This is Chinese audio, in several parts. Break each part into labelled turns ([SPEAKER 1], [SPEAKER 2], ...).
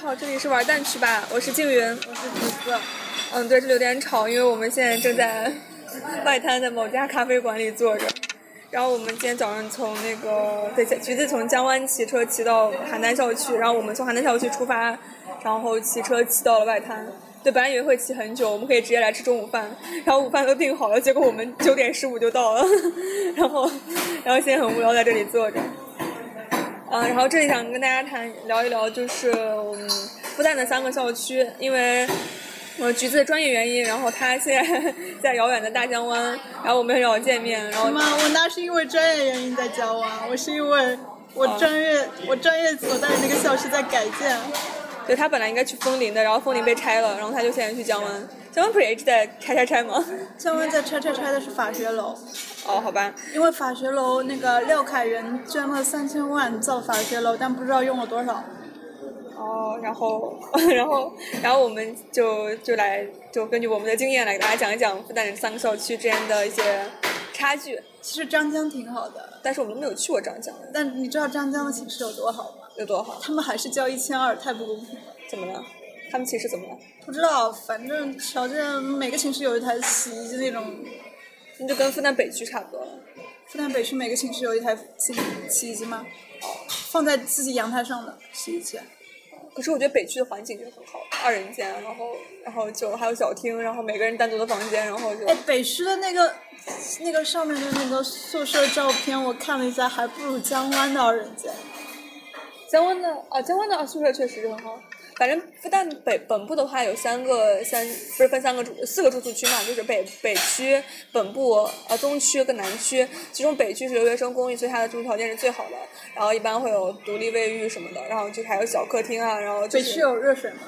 [SPEAKER 1] 好，这里是玩蛋去吧，我是静云。
[SPEAKER 2] 我是橘子，
[SPEAKER 1] 嗯，对，这里有点吵，因为我们现在正在外滩的某家咖啡馆里坐着。然后我们今天早上从那个对橘子从江湾骑车骑到邯郸校区，然后我们从邯郸校区出发，然后骑车骑到了外滩。对，本来以为会骑很久，我们可以直接来吃中午饭，然后午饭都订好了，结果我们九点十五就到了， 然后然后现在很无聊在这里坐着。嗯，然后这里想跟大家谈聊一聊，就是我们复旦的三个校区，因为呃橘子的专业原因，然后他现在 在遥远的大江湾，然后我们很少见面，然后
[SPEAKER 2] 妈，我那是因为专业原因在交啊，我是因为我专业、我专业所在的那个校区在改建，
[SPEAKER 1] 对他本来应该去枫林的，然后枫林被拆了，然后他就现在去江湾，江湾不是也一直在拆拆拆吗？
[SPEAKER 2] 相湾在拆拆拆的是法学楼，
[SPEAKER 1] 哦，好吧，
[SPEAKER 2] 因为法学楼那个廖凯元捐了三千万造法学楼，但不知道用了多少。
[SPEAKER 1] 哦，然后 然后然后我们就就来就根据我们的经验来给大家讲一讲复旦三个校区之间的一些差距，
[SPEAKER 2] 其实张江挺好的，
[SPEAKER 1] 但是我们都没有去过张江，
[SPEAKER 2] 但你知道张江的寝室有多好吗？
[SPEAKER 1] 有多好？
[SPEAKER 2] 他们还是交一千二，太不公平了。
[SPEAKER 1] 怎么了？他们寝室怎么了？
[SPEAKER 2] 不知道，反正条件每个寝室有一台洗衣机那种，
[SPEAKER 1] 那就跟复旦北区差不多了。
[SPEAKER 2] 复旦北区每个寝室有一台洗洗衣机吗？放在自己阳台上的洗衣机。
[SPEAKER 1] 可是我觉得北区的环境就很好，二人间，然后然后就还有小厅，然后每个人单独的房间，然后就
[SPEAKER 2] 哎，北区的那个那个上面的那个宿舍照片，我看了一下，还不如江湾的二人间。
[SPEAKER 1] 江湾的啊，江湾的宿舍确实是很好。反正复旦北本部的话有三个三不是分三个住四个住宿区嘛，就是北北区、本部、呃东区跟南区。其中北区是留学生公寓，所以它的住宿条件是最好的。然后一般会有独立卫浴什么的，然后就是还有小客厅啊，然后就
[SPEAKER 2] 北
[SPEAKER 1] 是
[SPEAKER 2] 区有热水吗？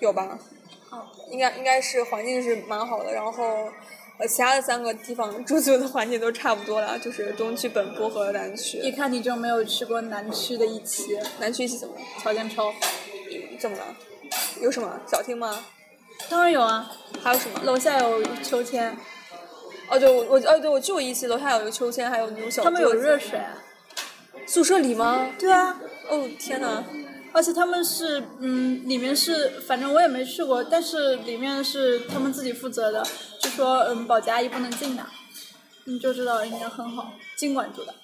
[SPEAKER 1] 有吧？
[SPEAKER 2] 哦，
[SPEAKER 1] 应该应该是环境是蛮好的，然后呃其他的三个地方住宿的环境都差不多了，就是东区、本部和南
[SPEAKER 2] 一
[SPEAKER 1] 区。
[SPEAKER 2] 看你就没有去过南区的一期，
[SPEAKER 1] 南区是怎么了
[SPEAKER 2] 条件超好。
[SPEAKER 1] 怎么了？有什么小厅吗？
[SPEAKER 2] 当然有啊，
[SPEAKER 1] 还有什么？
[SPEAKER 2] 楼下有秋千，
[SPEAKER 1] 哦，对，我我哦，对，我去过一期，楼下有个秋千，还有那种小
[SPEAKER 2] 他们有
[SPEAKER 1] 桌子
[SPEAKER 2] 热水啊。
[SPEAKER 1] 宿舍里吗？
[SPEAKER 2] 对啊，
[SPEAKER 1] 哦天哪！
[SPEAKER 2] 而且他们是，嗯，里面是，反正我也没去过，但是里面是他们自己负责的，就说，嗯，保洁阿姨不能进的，你就知道人家很好，经管住的。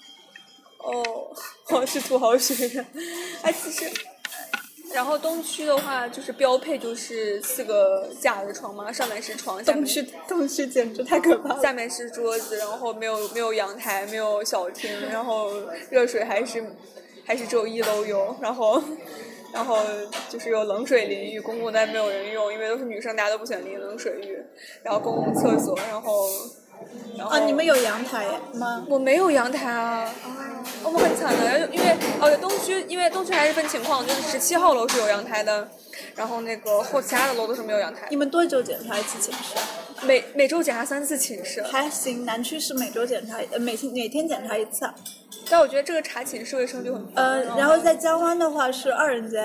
[SPEAKER 1] 哦，我是土豪学生。哎，其实，然后东区的话，就是标配就是四个架的床嘛，上面是床，下
[SPEAKER 2] 东
[SPEAKER 1] 面
[SPEAKER 2] 区，东区简直太可怕了。
[SPEAKER 1] 下面是桌子，然后没有没有阳台，没有小厅，然后热水还是还是只有一楼有，然后然后就是有冷水淋浴，公共但没有人用，因为都是女生，大家都不喜欢淋冷水浴，然后公共厕所，然后然后
[SPEAKER 2] 啊，你们有阳台吗？
[SPEAKER 1] 我没有阳台啊，我们很惨的，然后因为哦对东区，因为东区还是分情况，就是十七号楼是有阳台的，然后那个后其他的楼都是没有阳台
[SPEAKER 2] 你，们多久检查一次寝室？
[SPEAKER 1] 每每周检查三次寝室。
[SPEAKER 2] 还行，南区是每周检查，呃，每天每天检查一次。啊
[SPEAKER 1] 但我觉得这个查寝室卫生就很烦啊
[SPEAKER 2] 呃，然后在江湾的话是二人间，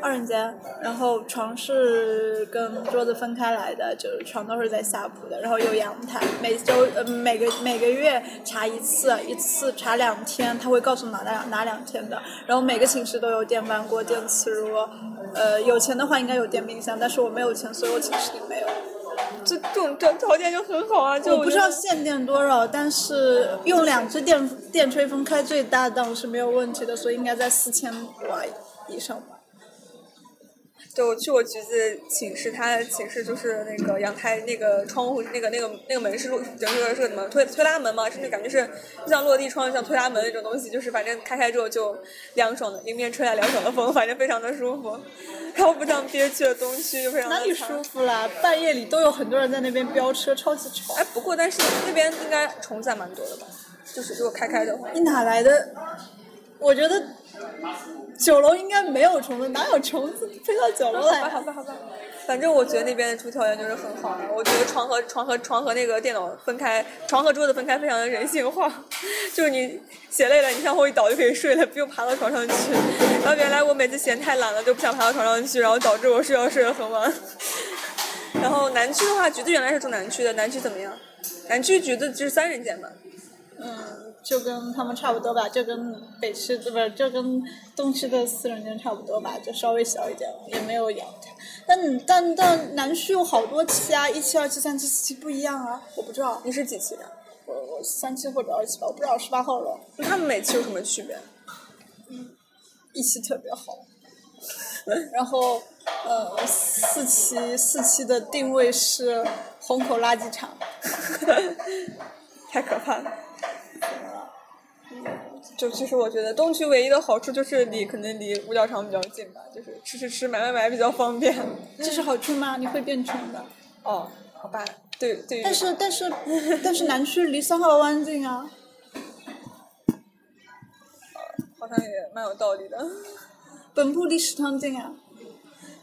[SPEAKER 2] 二人间，然后床是跟桌子分开来的，就是床都是在下铺的，然后有阳台，每周呃每个每个月查一次，一次查两天，他会告诉哪哪哪两天的，然后每个寝室都有电饭锅、电磁炉，呃，有钱的话应该有电冰箱，但是我没有钱，所以我寝室里没有。
[SPEAKER 1] 这这种条条件就很好啊，就
[SPEAKER 2] 我不
[SPEAKER 1] 觉
[SPEAKER 2] 知道
[SPEAKER 1] 得
[SPEAKER 2] 限电多少，但是用两只电电吹风开最大档是没有问题的，所以应该在四千瓦以上吧。
[SPEAKER 1] 对，我去过橘子寝室，他的寝室就是那个阳台那个窗户那个那个那个门是落，就是是什么推推拉门嘛，甚至感觉是就像落地窗，像推拉门那种东西，就是反正开开之后就凉爽的，迎面吹来凉爽的风，反正非常的舒服。 然后不像憋屈的东区就非常的
[SPEAKER 2] 哪里
[SPEAKER 1] 惨
[SPEAKER 2] 舒服啦？半夜里都有很多人在那边飙车，超级吵。
[SPEAKER 1] 哎，不过但是那边应该虫子还蛮多的吧？就是如果开开的话，
[SPEAKER 2] 你哪来的？我觉得九楼应该没有虫子，哪有虫子飞到九楼
[SPEAKER 1] 好吧，
[SPEAKER 2] 来？
[SPEAKER 1] 好吧，好吧。反正我觉得那边的住条件就是很好啊，我觉得床和床和床和那个电脑分开，床和桌子分开非常的人性化， 就是你写累了，你向后一倒就可以睡了，不用爬到床上去。然后原来我每次嫌太懒了，就不想爬到床上去，然后导致我睡觉睡得很晚。 然后南区的话，橘子原来是住南区的，南区怎么样？南区橘子就是三人间吧，
[SPEAKER 2] 嗯，就跟他们差不多吧，就跟北区不是就跟东区的四人间差不多吧，就稍微小一点，也没有阳台。但但但南区有好多期啊，一期、二期、三期、四期不一样啊，我不知道，
[SPEAKER 1] 你是几期的？
[SPEAKER 2] 我我三期或者二期吧，我不知道十八号了，
[SPEAKER 1] 那他们每期有什么区别？
[SPEAKER 2] 一期特别好。然后，呃，四期四期的定位是虹口垃圾场，
[SPEAKER 1] 太可怕了。嗯就其实我觉得东区唯一的好处就是离可能离五角场比较近吧，就是吃吃吃买买买比较方便。
[SPEAKER 2] 这是好处吗？你会变圈的。
[SPEAKER 1] 哦，好吧，对对于。
[SPEAKER 2] 但是但是但是南区离三号湾近啊，
[SPEAKER 1] 好像也蛮有道理的。
[SPEAKER 2] 本部离食堂近啊，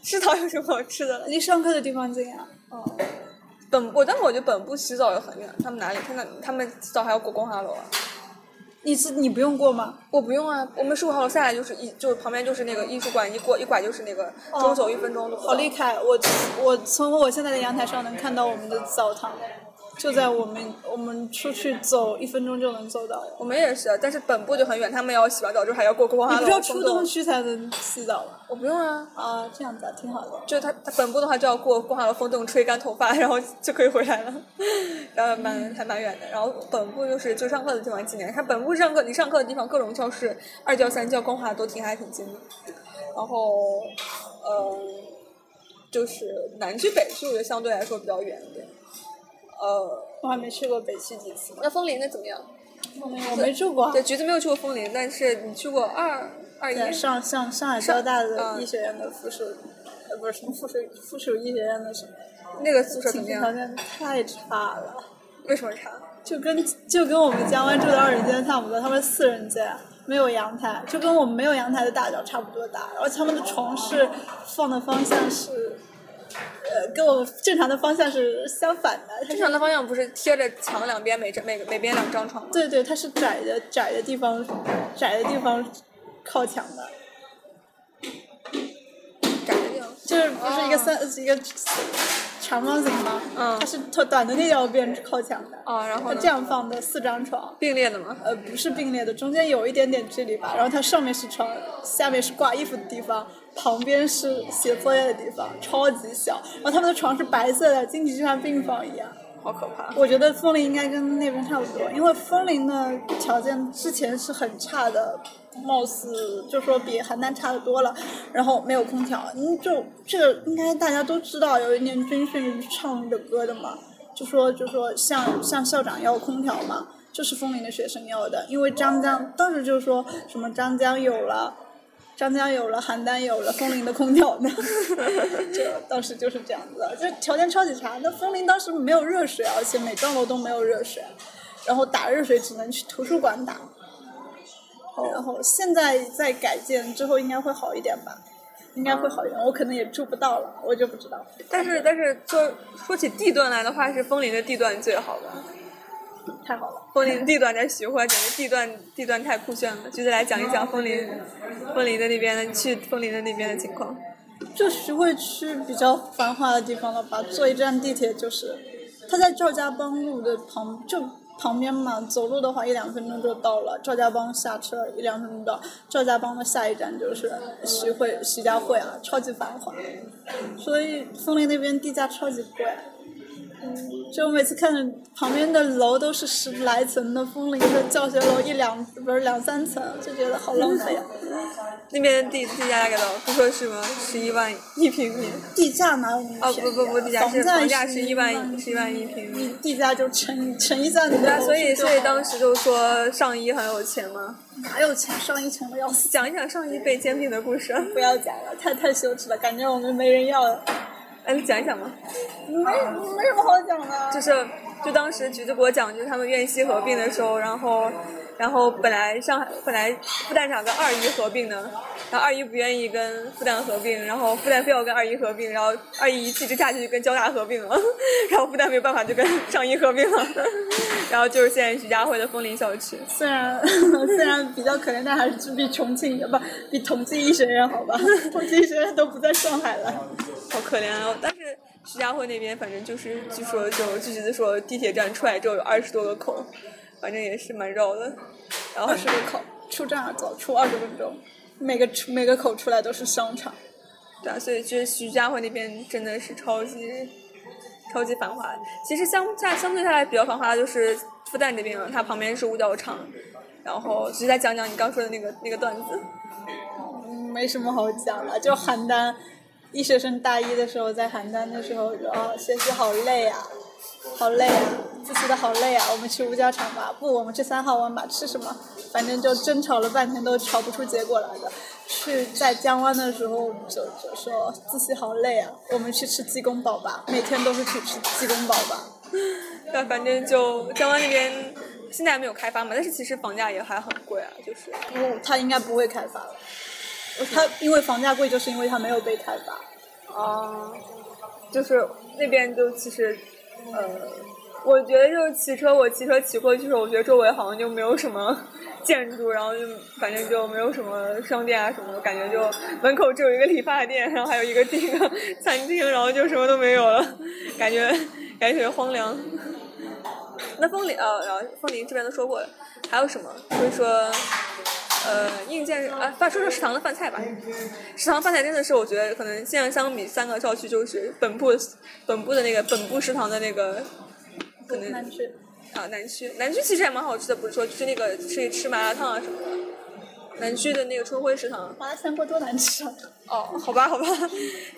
[SPEAKER 1] 食堂有什么好吃的？
[SPEAKER 2] 离上课的地方近啊。
[SPEAKER 1] 哦，本我但我觉得本部洗澡也很远，他们哪里？他那他们洗澡还要过光华楼啊？
[SPEAKER 2] 你是你不用过吗？
[SPEAKER 1] 我不用啊，我们十五号楼下来就是一就是旁边就是那个艺术馆，一过一拐就是那个
[SPEAKER 2] 哦
[SPEAKER 1] 中走一分钟路。
[SPEAKER 2] 好厉害！我我从我现在的阳台上能看到我们的澡堂，就在我们我们出去走一分钟就能走到。
[SPEAKER 1] 我们也是，啊但是本部就很远，他们要洗完澡之后还要过光华
[SPEAKER 2] 你
[SPEAKER 1] 楼。
[SPEAKER 2] 不是要出
[SPEAKER 1] 东
[SPEAKER 2] 东区才能洗澡吗？
[SPEAKER 1] 我不用啊，
[SPEAKER 2] 啊，这样子啊，挺好的。
[SPEAKER 1] 就他他本部的话就要过光华楼风洞吹干头发，然后就可以回来了，然后蛮还蛮远的。然后本部就是就上课的地方近点，他本部上课你上课的地方各种教室，二教三教光华都挺还挺近的。然后，呃，就是南区北区我觉得相对来说比较远一点。呃，
[SPEAKER 2] 我还没去过北区几次，
[SPEAKER 1] 那枫林的怎么样？
[SPEAKER 2] 我没我没住过。
[SPEAKER 1] 对，橘子没有去过枫林，但是你去过二二一
[SPEAKER 2] 对，上上上啊海交大的
[SPEAKER 1] 嗯
[SPEAKER 2] 医学院的附属，呃，不是什么附属附属医学院的什么，
[SPEAKER 1] 那个宿舍怎
[SPEAKER 2] 经
[SPEAKER 1] 么
[SPEAKER 2] 济
[SPEAKER 1] 样
[SPEAKER 2] 条？件太差了，
[SPEAKER 1] 为什么差？
[SPEAKER 2] 就跟就跟我们江湾住的二人间差不多，他们四人间没有阳台，就跟我们没有阳台的大小差不多大，而且他们的床是放的方向是，呃，跟我们正常的方向是相反的，它
[SPEAKER 1] 正
[SPEAKER 2] 是
[SPEAKER 1] 常的方向不是贴着墙两边每张每每边两张床吗？
[SPEAKER 2] 对对，它是窄的窄的地方，窄的地方靠墙的，
[SPEAKER 1] 窄的地方。
[SPEAKER 2] 就是不是一个三、一个长方形吗？
[SPEAKER 1] 哦嗯
[SPEAKER 2] 它是它短的那条边靠墙的。
[SPEAKER 1] 啊，然后
[SPEAKER 2] 它
[SPEAKER 1] 呢
[SPEAKER 2] 这样放的四张床，
[SPEAKER 1] 并列的嘛。
[SPEAKER 2] 呃，不是并列的，中间有一点点距离吧。然后它上面是床，下面是挂衣服的地方，旁边是写作业的地方，超级小。然后他们的床是白色的，进去就像病房一样。
[SPEAKER 1] 好可怕。
[SPEAKER 2] 我觉得枫林应该跟那边差不多，因为枫林的条件之前是很差的，貌似就说比邯郸差的多了。然后没有空调，嗯，就这个应该大家都知道，有一年军训唱的歌的嘛，就说就说向向校长要空调嘛，这是枫林的学生要的，因为张江当时就说什么张江有了。张江有了，邯郸有了，枫林的空调呢？ 就当时就是这样子的，就条件超级差。那枫林当时没有热水，啊而且每幢楼都没有热水，然后打热水只能去图书馆打。然后现在在改建之后应该会好一点吧，应该会好一点。我可能也住不到了，我就不知道。
[SPEAKER 1] 但是但是，就说起地段来的话，是枫林的地段最好吧？
[SPEAKER 2] 太好了，
[SPEAKER 1] 枫林地段在徐汇，简直地段地段太酷炫了。橘子来讲一讲枫林，枫林的那边的去枫林的那边的情况。
[SPEAKER 2] 就徐汇区比较繁华的地方了吧，坐一站地铁就是，它在赵家浜路的旁就旁边嘛，走路的话一两分钟就到了。赵家浜下车一两分钟到，赵家浜的下一站就是徐汇徐家汇啊，超级繁华，所以枫林那边地价超级贵。嗯，就我每次看着旁边的楼都是十来层的，枫林的教学楼一两不是两三层，就觉得好浪费啊。
[SPEAKER 1] 那边的地地价大概多少？不说是吗？十一万一平米。
[SPEAKER 2] 地价哪有那么
[SPEAKER 1] 哦
[SPEAKER 2] 便宜啊、
[SPEAKER 1] 不不不，地价是房
[SPEAKER 2] 房
[SPEAKER 1] 价
[SPEAKER 2] 是
[SPEAKER 1] 是一万十一万一平米。
[SPEAKER 2] 你地价就乘以乘一下你的
[SPEAKER 1] 对啊，
[SPEAKER 2] 楼
[SPEAKER 1] 所以
[SPEAKER 2] 就
[SPEAKER 1] 所以
[SPEAKER 2] 好
[SPEAKER 1] 当时就说上一很有钱嘛。
[SPEAKER 2] 哪有钱上一穷的要死，
[SPEAKER 1] 讲一讲上一被煎饼的故事，啊
[SPEAKER 2] 不要讲了，太太羞耻了，感觉我们没人要了，
[SPEAKER 1] 嗯，讲一讲吧。
[SPEAKER 2] 没没什么好讲的。
[SPEAKER 1] 就是就当时橘子给我讲，就是他们院系合并的时候，然后然后本来上海本来复旦想跟二一合并的，然后二一不愿意跟复旦合并，然后复旦非要跟二一合并，然后二一一气之下就去跟交大合并了， 然后复旦没有办法就跟上一合并了， 然后就是现在徐家汇的枫林校区。
[SPEAKER 2] 虽然虽然比较可怜，但还是比重庆 不比同济医学院好吧？同济医学院都不在上海了。
[SPEAKER 1] 好可怜哦！但是徐家汇那边，反正就是据说就据橘子说，地铁站出来之后有二十多个口，反正也是蛮绕的。然后
[SPEAKER 2] 是个口出站而啊走出二十分钟，每个出每个口出来都是商场。
[SPEAKER 1] 对啊，所以就是徐家汇那边真的是超级超级繁华。其实相下相对下来比较繁华的就是复旦这边了，它旁边是五角场。然后直接再讲讲你刚说的那个那个段子。
[SPEAKER 2] 嗯，没什么好讲的，就邯郸，医学生大一的时候在邯郸的时候说，哦，学习好累啊，好累啊，自习的好累啊，我们去五角场吧，不，我们去三号湾吧，吃什么？反正就争吵了半天都吵不出结果来的。去在江湾的时候我们就就说自习好累啊，我们去吃鸡公煲吧，每天都是去吃鸡公煲吧。
[SPEAKER 1] 对，啊反正就江湾那边现在还没有开发嘛，但是其实房价也还很贵啊，就是
[SPEAKER 2] 不，它应该不会开发了。它因为房价贵，就是因为它没有被开发。
[SPEAKER 1] 啊、就是那边就其实呃，我觉得就是骑车，我骑车骑过去的时候，我觉得周围好像就没有什么建筑，然后就反正就没有什么商店啊什么的，感觉就门口只有一个理发店，然后还有一个这个餐厅，然后就什么都没有了， 感觉感觉特别荒凉。那枫林呃，然后枫林这边都说过了，还有什么？就是说，呃，硬件啊，饭说说食堂的饭菜吧。食堂饭菜真的是我觉得可能现在相比三个校区，就是本部本部的那个本部食堂的那个可能
[SPEAKER 2] 南区
[SPEAKER 1] 啊南区南区其实还蛮好吃的，不是说就是那个去吃麻辣烫啊什么的。南区的那个春晖食堂，
[SPEAKER 2] 麻辣香锅多难吃啊！
[SPEAKER 1] 哦，好吧，好 吧。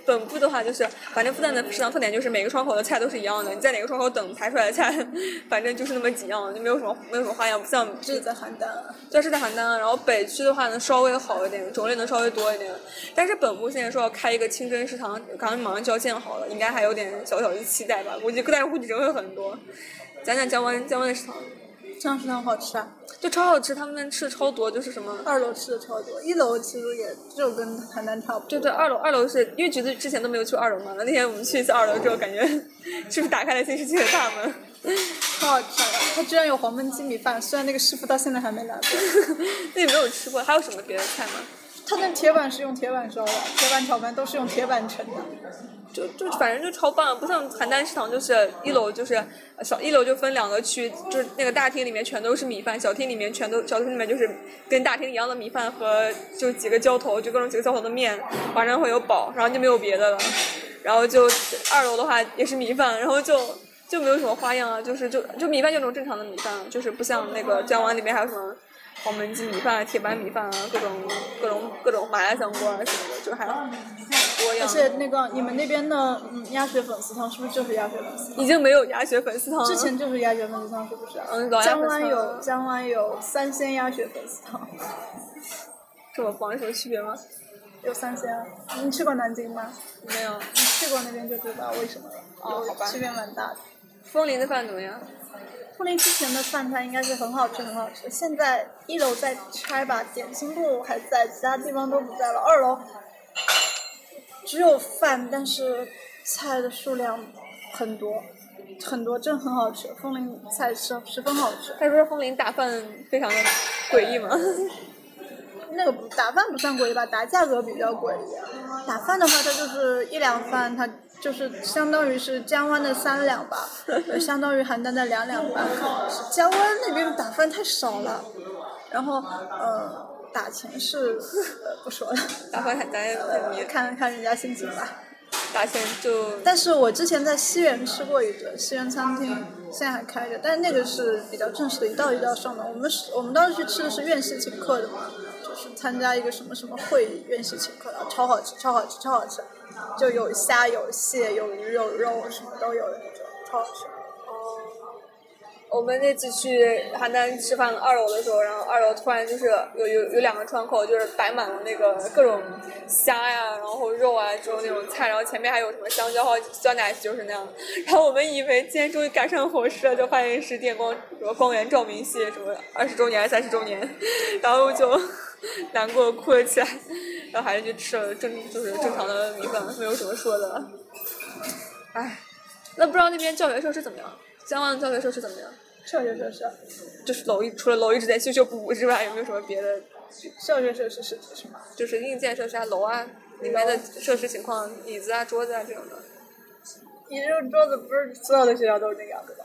[SPEAKER 1] 本部的话就是，反正复旦的食堂特点就是每个窗口的菜都是一样的，你在哪个窗口等排出来的菜， 反正就是那么几样，就没有什么没有什么花样，不像
[SPEAKER 2] 就是在邯郸啊，
[SPEAKER 1] 就是在邯郸。然后北区的话呢，稍微好一点，种类能稍微多一点。但是本部现在说要开一个清真食堂，刚刚马上就要建好了，应该还有点小小的期待吧。估计，但是估计人会很多。讲讲江湾江湾的食堂，
[SPEAKER 2] 这样食堂好吃啊！
[SPEAKER 1] 就超好吃，他们吃超多，就是什么。
[SPEAKER 2] 二楼吃的超多，一楼其实也就跟邯郸差不多。
[SPEAKER 1] 对对，二楼二楼是因为橘子之前都没有去二楼嘛，那天我们去一次二楼之后，感觉是不是打开了新世界的大门？
[SPEAKER 2] 超好吃啊！它居然有黄焖鸡米饭，虽然那个师傅到现在还没来。
[SPEAKER 1] 那你没有吃过，还有什么别的菜吗？
[SPEAKER 2] 它那铁板是用铁板烧的，铁板炒饭都是用铁板盛的。
[SPEAKER 1] 就就反正就超棒，不像邯郸食堂，就是一楼就是呃小一楼就分两个区，就是那个大厅里面全都是米饭，小厅里面全都小厅里面就是跟大厅一样的米饭和就几个浇头，就各种几个浇头的面，晚上会有饱，然后就没有别的了。然后就二楼的话也是米饭，然后就就没有什么花样啊，就是就就米饭就那种正常的米饭，啊就是不像那个江湾里面还有什么黄焖鸡米饭啊、铁板米饭啊、各种各种各种麻辣香锅啊什么的，就还多样。
[SPEAKER 2] 而且那个你们那边的嗯鸭血粉丝汤是不是就是鸭血粉丝汤？
[SPEAKER 1] 已经没有鸭血粉丝汤了。
[SPEAKER 2] 之前就是鸭血粉丝汤，是不是？啊
[SPEAKER 1] 嗯老鸭
[SPEAKER 2] 江
[SPEAKER 1] 粉丝
[SPEAKER 2] 湾
[SPEAKER 1] 汤
[SPEAKER 2] 有江湾有三鲜鸭血粉丝汤，
[SPEAKER 1] 这么棒有什么区别吗？
[SPEAKER 2] 有三鲜啊。你去过南京吗？
[SPEAKER 1] 没有。
[SPEAKER 2] 你去过那边就知道为什么了。
[SPEAKER 1] 哦好吧
[SPEAKER 2] 区别蛮大的。
[SPEAKER 1] 枫林的饭怎么样？
[SPEAKER 2] 富林之前的饭菜应该是很好吃，很好吃。现在一楼在拆吧，点心部还在，其他地方都不在了。二楼只有饭，但是菜的数量很多，很多，真很好吃。枫林菜十十分好吃。
[SPEAKER 1] 他说枫林打饭非常的诡异吗？
[SPEAKER 2] 那个不打饭不算贵吧，打价格比较贵一点。打饭的话，它就是一两饭，它就是相当于是江湾的三两吧，呃相当于邯郸的两两吧。江湾那边打饭太少了，然后呃，打钱是、呃、不说了，
[SPEAKER 1] 打饭咱也
[SPEAKER 2] 呃看看人家心情吧。
[SPEAKER 1] 打钱就
[SPEAKER 2] 但是我之前在西园吃过一顿，西园餐厅现在还开着，但是那个是比较正式的，一道一道上的。我们是我们当时去吃的是院系请客的嘛，就是参加一个什么什么会议，院系请客的，超好吃，超好吃，超好吃，就有虾有蟹有鱼有肉，什么都有的那种，超好吃。
[SPEAKER 1] 我们那次去邯郸吃饭，二楼的时候，然后二楼突然就是有有有两个窗口，就是摆满了那个各种虾呀，然后肉啊，这种那种菜，然后前面还有啊什么香蕉和酸奶，就是那样。然后我们以为今天终于赶上火势了，就发现是电光什么光源照明系什么二十周年还是三十周年，然后就难过哭了起来，然后还是去吃了正就是正常的米饭，没有什么说的。唉，那不知道那边教学设施怎么样？江湾的教学设施怎么样？
[SPEAKER 2] 校学设施，
[SPEAKER 1] 就是楼一除了楼一直在修修补补之外，有没有什么别的，
[SPEAKER 2] 校学设施是指什么？
[SPEAKER 1] 就是硬件设施啊、楼啊里面的设施情况，椅子啊、桌子啊这种的？
[SPEAKER 2] 你这个桌子不是所有的学校都是那个样子的。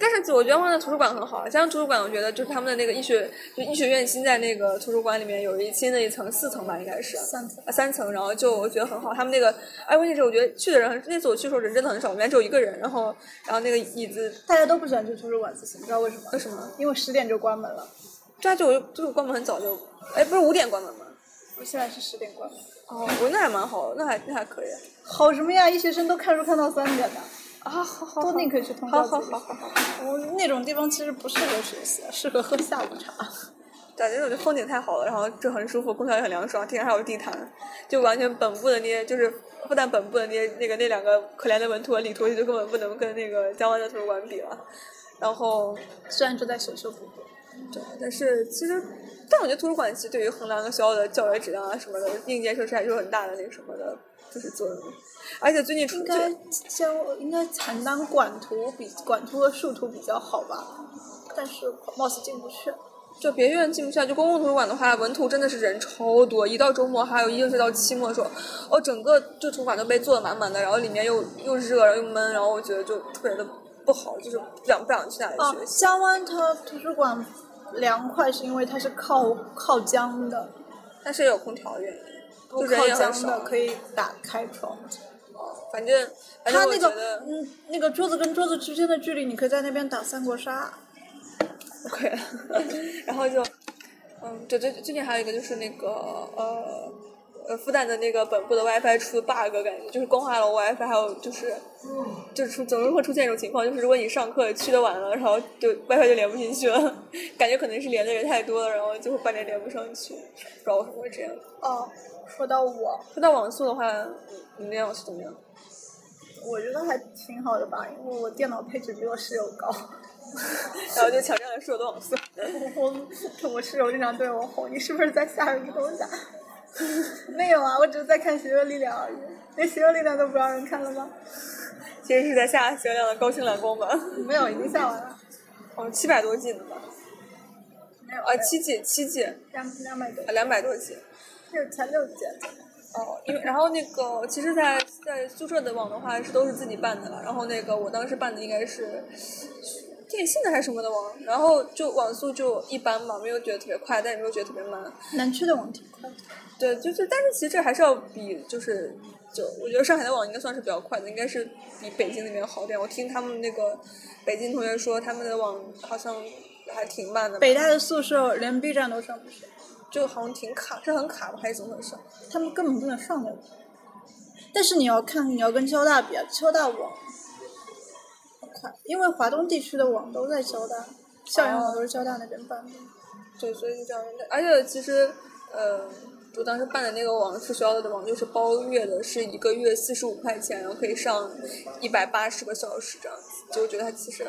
[SPEAKER 1] 但是我觉得万的图书馆很好，加上图书馆，我觉得就是他们的那个医学，就医学院新在那个图书馆里面有一新的一层四层吧，应该是
[SPEAKER 2] 三层
[SPEAKER 1] 啊三层，然后就我觉得很好。他们那个，哎，关键是我觉得去的人很，那次我去的时候人真的很少，我们家只有一个人，然后然后那个椅子
[SPEAKER 2] 大家都不喜欢去图书馆自习，你知道为什么？
[SPEAKER 1] 为什么？
[SPEAKER 2] 因为十点就关门了。
[SPEAKER 1] 对啊，就我就就是关门很早就，哎，不是五点关门吗？
[SPEAKER 2] 我现在是十点关门。
[SPEAKER 1] 哦，我那还蛮好的，那还那还可以
[SPEAKER 2] 好什么呀？医学生都看书看到三点的，
[SPEAKER 1] 啊，好好好，
[SPEAKER 2] 多那可以去通宵
[SPEAKER 1] 好
[SPEAKER 2] 自习。
[SPEAKER 1] 好好好好。
[SPEAKER 2] 我那种地方其实不适合学习，适合喝下午茶。
[SPEAKER 1] 对，因为我觉得风景太好了，然后就很舒服，空调也很凉爽，天上还有地毯，就完全本部的那些就是复旦本部的那些那个那两个可怜的文图和理图就根本不能跟那个江湾的图书馆比了。然后，
[SPEAKER 2] 虽然是在修修补补，
[SPEAKER 1] 对，但是其实，但我觉得图书馆其实对于衡量一个学校的教学质量啊什么的，硬件设施还是有很大的那什么的，就是作用。而且最近出
[SPEAKER 2] 应该教应该邯郸管图比管图和数图比较好吧，但是貌似进不去。
[SPEAKER 1] 就别院进不去啊，就公共图书馆的话，文图真的是人超多，一到周末还有一直到期末的时候，哦，整个这图书馆都被坐得满满的，然后里面又又热，然后又闷，然后我觉得就特别的不好，就是不想不想去哪里
[SPEAKER 2] 哦
[SPEAKER 1] 学，习。
[SPEAKER 2] 江湾它图书馆凉快是因为它是靠靠江的，
[SPEAKER 1] 但是也有空调的原因，
[SPEAKER 2] 不
[SPEAKER 1] 就人
[SPEAKER 2] 靠
[SPEAKER 1] 也很
[SPEAKER 2] 江
[SPEAKER 1] 少
[SPEAKER 2] 的。可以打开窗。
[SPEAKER 1] 反正反正
[SPEAKER 2] 它
[SPEAKER 1] 我
[SPEAKER 2] 那
[SPEAKER 1] 觉
[SPEAKER 2] 个
[SPEAKER 1] 得
[SPEAKER 2] 嗯，那个桌子跟桌子之间的距离，你可以在那边打三国杀。
[SPEAKER 1] 亏了， 然后就嗯，对，最最近还有一个就是那个呃呃复旦的那个本部的 WiFi 出 bug，感觉就是光华楼 WiFi，还有就是。就是出总是会出现一种情况，就是如果你上课去的晚了，然后就 WiFi 就连不进去了，感觉可能是连的人太多了，然后就会半点连不上去，不知道为什么会这样。
[SPEAKER 2] 哦，说到我，
[SPEAKER 1] 说到网速的话，你你那网速怎么样？
[SPEAKER 2] 我觉得还挺好的吧，因为我电脑配置比我室友高。
[SPEAKER 1] 然后就强调的说我的网速。
[SPEAKER 2] 我我室友经常对我吼：“你是不是在下着东西啊？” 没有啊，我只是在看《邪恶力量》而已，连《邪恶力量》都不让人看了吗？
[SPEAKER 1] 其实是在下销量的高清蓝光版，
[SPEAKER 2] 没有，已经下完了。
[SPEAKER 1] 哦，七百多 G 呢吧？
[SPEAKER 2] 没有
[SPEAKER 1] 啊，七 G 七 G，啊，
[SPEAKER 2] 两两百多，
[SPEAKER 1] 两百多 G。
[SPEAKER 2] 六才六节。
[SPEAKER 1] 哦，因为然后那个，其实在，在宿舍的网的话是都是自己办的了。然后那个我当时办的应该是电信的还是什么的网，然后就网速就一般嘛，没有觉得特别快，但也没有觉得特别慢。
[SPEAKER 2] 南区的网挺快的。
[SPEAKER 1] 对，就是但是其实这还是要比就是就我觉得上海的网应该算是比较快的，应该是比北京那边好点。我听他们那个北京同学说，他们的网好像还挺慢的，
[SPEAKER 2] 北大的宿舍连 B 站都上不去，
[SPEAKER 1] 就好像挺卡，是很卡吧，还是怎么回事？
[SPEAKER 2] 他们根本不能上那个。但是你要看，你要跟交大比啊，交大网很快，因为华东地区的网都在交大，校园网都是交大那边办的。
[SPEAKER 1] 对，所以就这样。而且其实，呃，我当时办的那个网是学校的网，就是包月的，是一个月四十五块钱，然后可以上一百八十个小时这样子。就我觉得它其实，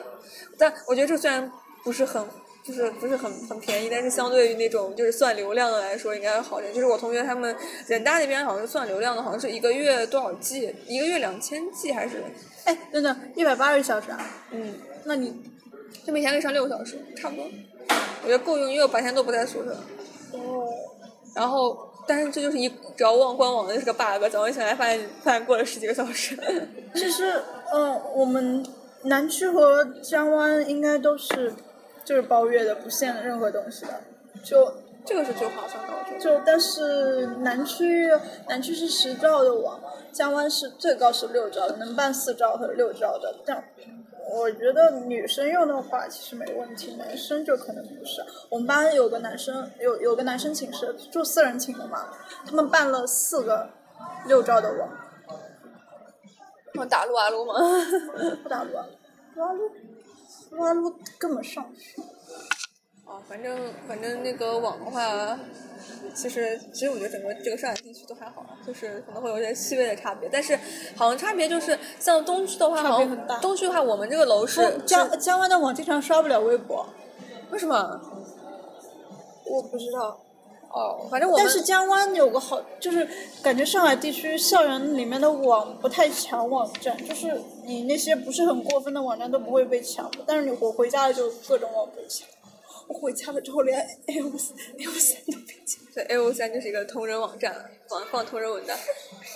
[SPEAKER 1] 但我觉得这虽然不是很。就是不是很很便宜，但是相对于那种就是算流量的来说，应该好一点。就是我同学他们人大那边好像是算流量的，好像是一个月多少 G，一个月两千 G 还是
[SPEAKER 2] 哎，等等，一百八十小时啊？
[SPEAKER 1] 嗯，
[SPEAKER 2] 那你，
[SPEAKER 1] 就每天可以上六个小时，差不多。我觉得够用，因为我白天都不在宿舍。
[SPEAKER 2] 哦，
[SPEAKER 1] 然后，但是这就是一只要忘关网的就是个 bug，早上醒来发现发现过了十几个小时。
[SPEAKER 2] 就是，嗯，我们南区和江湾应该都是，就是包月的，不限任何东西的。就
[SPEAKER 1] 这个是最划算的，我觉得。
[SPEAKER 2] 就，但是南区南区是十兆的网，江湾是最高是六兆的，能办四兆和六兆的。这样，我觉得女生用的话其实没问题，男生就可能不是。我们班有个男生，有有个男生寝室住四人寝的嘛，他们办了四个六兆的网，
[SPEAKER 1] 我打撸啊撸 嘛，
[SPEAKER 2] 不打撸啊撸，撸啊撸，撸啊撸根本上不去。
[SPEAKER 1] 啊，反正反正那个网的话，其实其实我觉得整个这个上海地区都还好，就是可能会有一些细微的差别，但是好像差别就是像东区的话，
[SPEAKER 2] 差
[SPEAKER 1] 好
[SPEAKER 2] 别很大
[SPEAKER 1] 像东区的话，我们这个楼是
[SPEAKER 2] 江江湾的网经常刷不了微博，
[SPEAKER 1] 为什么？
[SPEAKER 2] 我不知道。
[SPEAKER 1] 哦，反正我们
[SPEAKER 2] 但是江湾有个好，就是感觉上海地区校园里面的网不太抢网站，就是你那些不是很过分的网站都不会被抢的，但是你我回家了就各种网被抢。我回家了之后连 A 五 A 五三都被抢。
[SPEAKER 1] 对 A O 三就是一个同人网站，网放同人文的，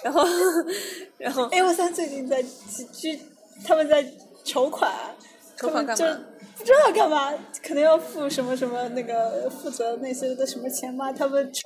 [SPEAKER 1] 然后 然后
[SPEAKER 2] A 五三最近在集居，他们在筹款，他
[SPEAKER 1] 合法
[SPEAKER 2] 们
[SPEAKER 1] 干
[SPEAKER 2] 就
[SPEAKER 1] 嘛？
[SPEAKER 2] 不知道干嘛，可能要付什么什么那个负责那些的什么钱吧。他们筹，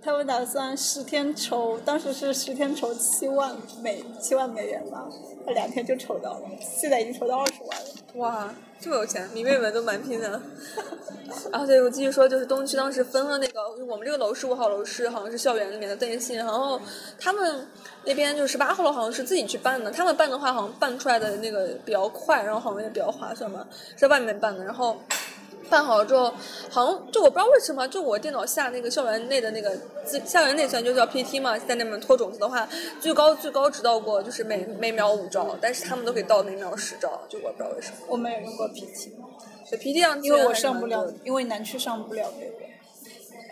[SPEAKER 2] 他们打算十天筹，当时是十天筹七万美七万美元吧，他两天就筹到了，现在已经筹到二十万了。
[SPEAKER 1] 哇，这么有钱，米未文都蛮拼的。 然后对，我继续说，就是东区当时分了那个，我们这个楼十五号楼是好像是校园里面的电信，然后他们那边就十八号楼好像是自己去办的，他们办的话好像办出来的那个比较快，然后好像也比较划算嘛，在外面办的，然后。办好了之后，好像就我不知道为什么，就我电脑下那个校园内的那个自校园内虽然就叫 PT 嘛，在那边拖种子的话，最高最高只到过就是每每秒五兆，但是他们都可以到每秒十兆，就我不知道为什么。
[SPEAKER 2] 我没有用过 PT，
[SPEAKER 1] 对 PT 量
[SPEAKER 2] 因为我上不了，因为南区上不了美国。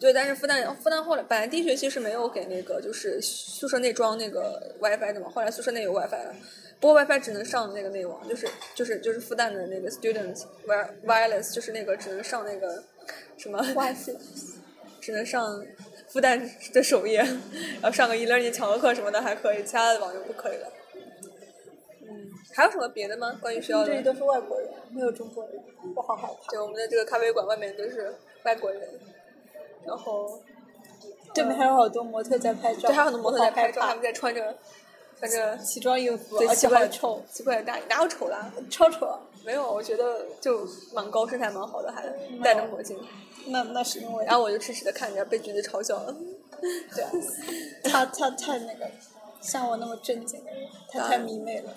[SPEAKER 1] 对，但是复旦复旦后来本来第一学期是没有给那个就是宿舍内装那个 WiFi 的嘛，后来宿舍内有 WiFi 了，不过 WiFi 只能上那个内网，就是就是就是复旦的那个 Student Wire- Wireless，就是那个只能上那个什么 WiFi，只能上复旦的首页，然后上个 eLearning 抢个课什么的还可以，其他的网就不可以了。嗯，还有什么别的吗？关于学校
[SPEAKER 2] 这里
[SPEAKER 1] 的？
[SPEAKER 2] 都是外国人，没有中国人，我好害怕。
[SPEAKER 1] 对，我们的这个咖啡馆外面都是外国人，然后。
[SPEAKER 2] 对面还有好多模特在拍照，
[SPEAKER 1] 对，还有很多模特在拍照，
[SPEAKER 2] 我好
[SPEAKER 1] 他
[SPEAKER 2] 害
[SPEAKER 1] 们
[SPEAKER 2] 怕
[SPEAKER 1] 在穿着穿着
[SPEAKER 2] 奇装异服，
[SPEAKER 1] 对
[SPEAKER 2] 而
[SPEAKER 1] 奇
[SPEAKER 2] 且
[SPEAKER 1] 怪
[SPEAKER 2] 好
[SPEAKER 1] 的
[SPEAKER 2] 丑，
[SPEAKER 1] 奇怪的大衣，哪有丑啦？
[SPEAKER 2] 超丑。啊
[SPEAKER 1] 没有，我觉得就蛮高，身材蛮好的，还
[SPEAKER 2] 有
[SPEAKER 1] 戴着墨镜。
[SPEAKER 2] 那那是因为
[SPEAKER 1] 然后我就痴痴的看着，被橘子嘲笑了。
[SPEAKER 2] 对，他他太那个，像我那么正经的人，他
[SPEAKER 1] 啊
[SPEAKER 2] 太迷妹了。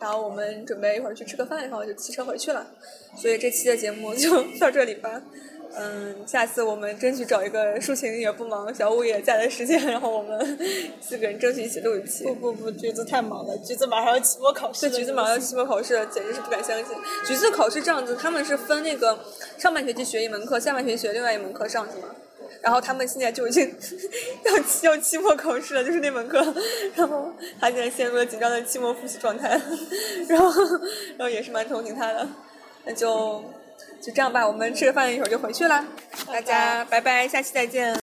[SPEAKER 1] 然后我们准备一会儿去吃个饭，然后就骑车回去了。所以这期的节目就 到这里吧。嗯，下次我们争取找一个抒情也不忙、小五也在的时间，然后我们四个人争取一起录一期。
[SPEAKER 2] 不不不，橘子太忙了，橘子马上要期末考试
[SPEAKER 1] 这
[SPEAKER 2] 了。
[SPEAKER 1] 橘子马上要期末考试了，简直是不敢相信。橘子考试这样子，他们是分那个上半学期学一门课，下半学期学另外一门课上去嘛。然后他们现在就已经 要期要期末考试了，就是那门课，然后他现在陷入了紧张的期末复习状态， 然后然后也是蛮同情他的。那就就这样吧，我们吃个饭一会儿就回去了，大家拜拜，下期再见。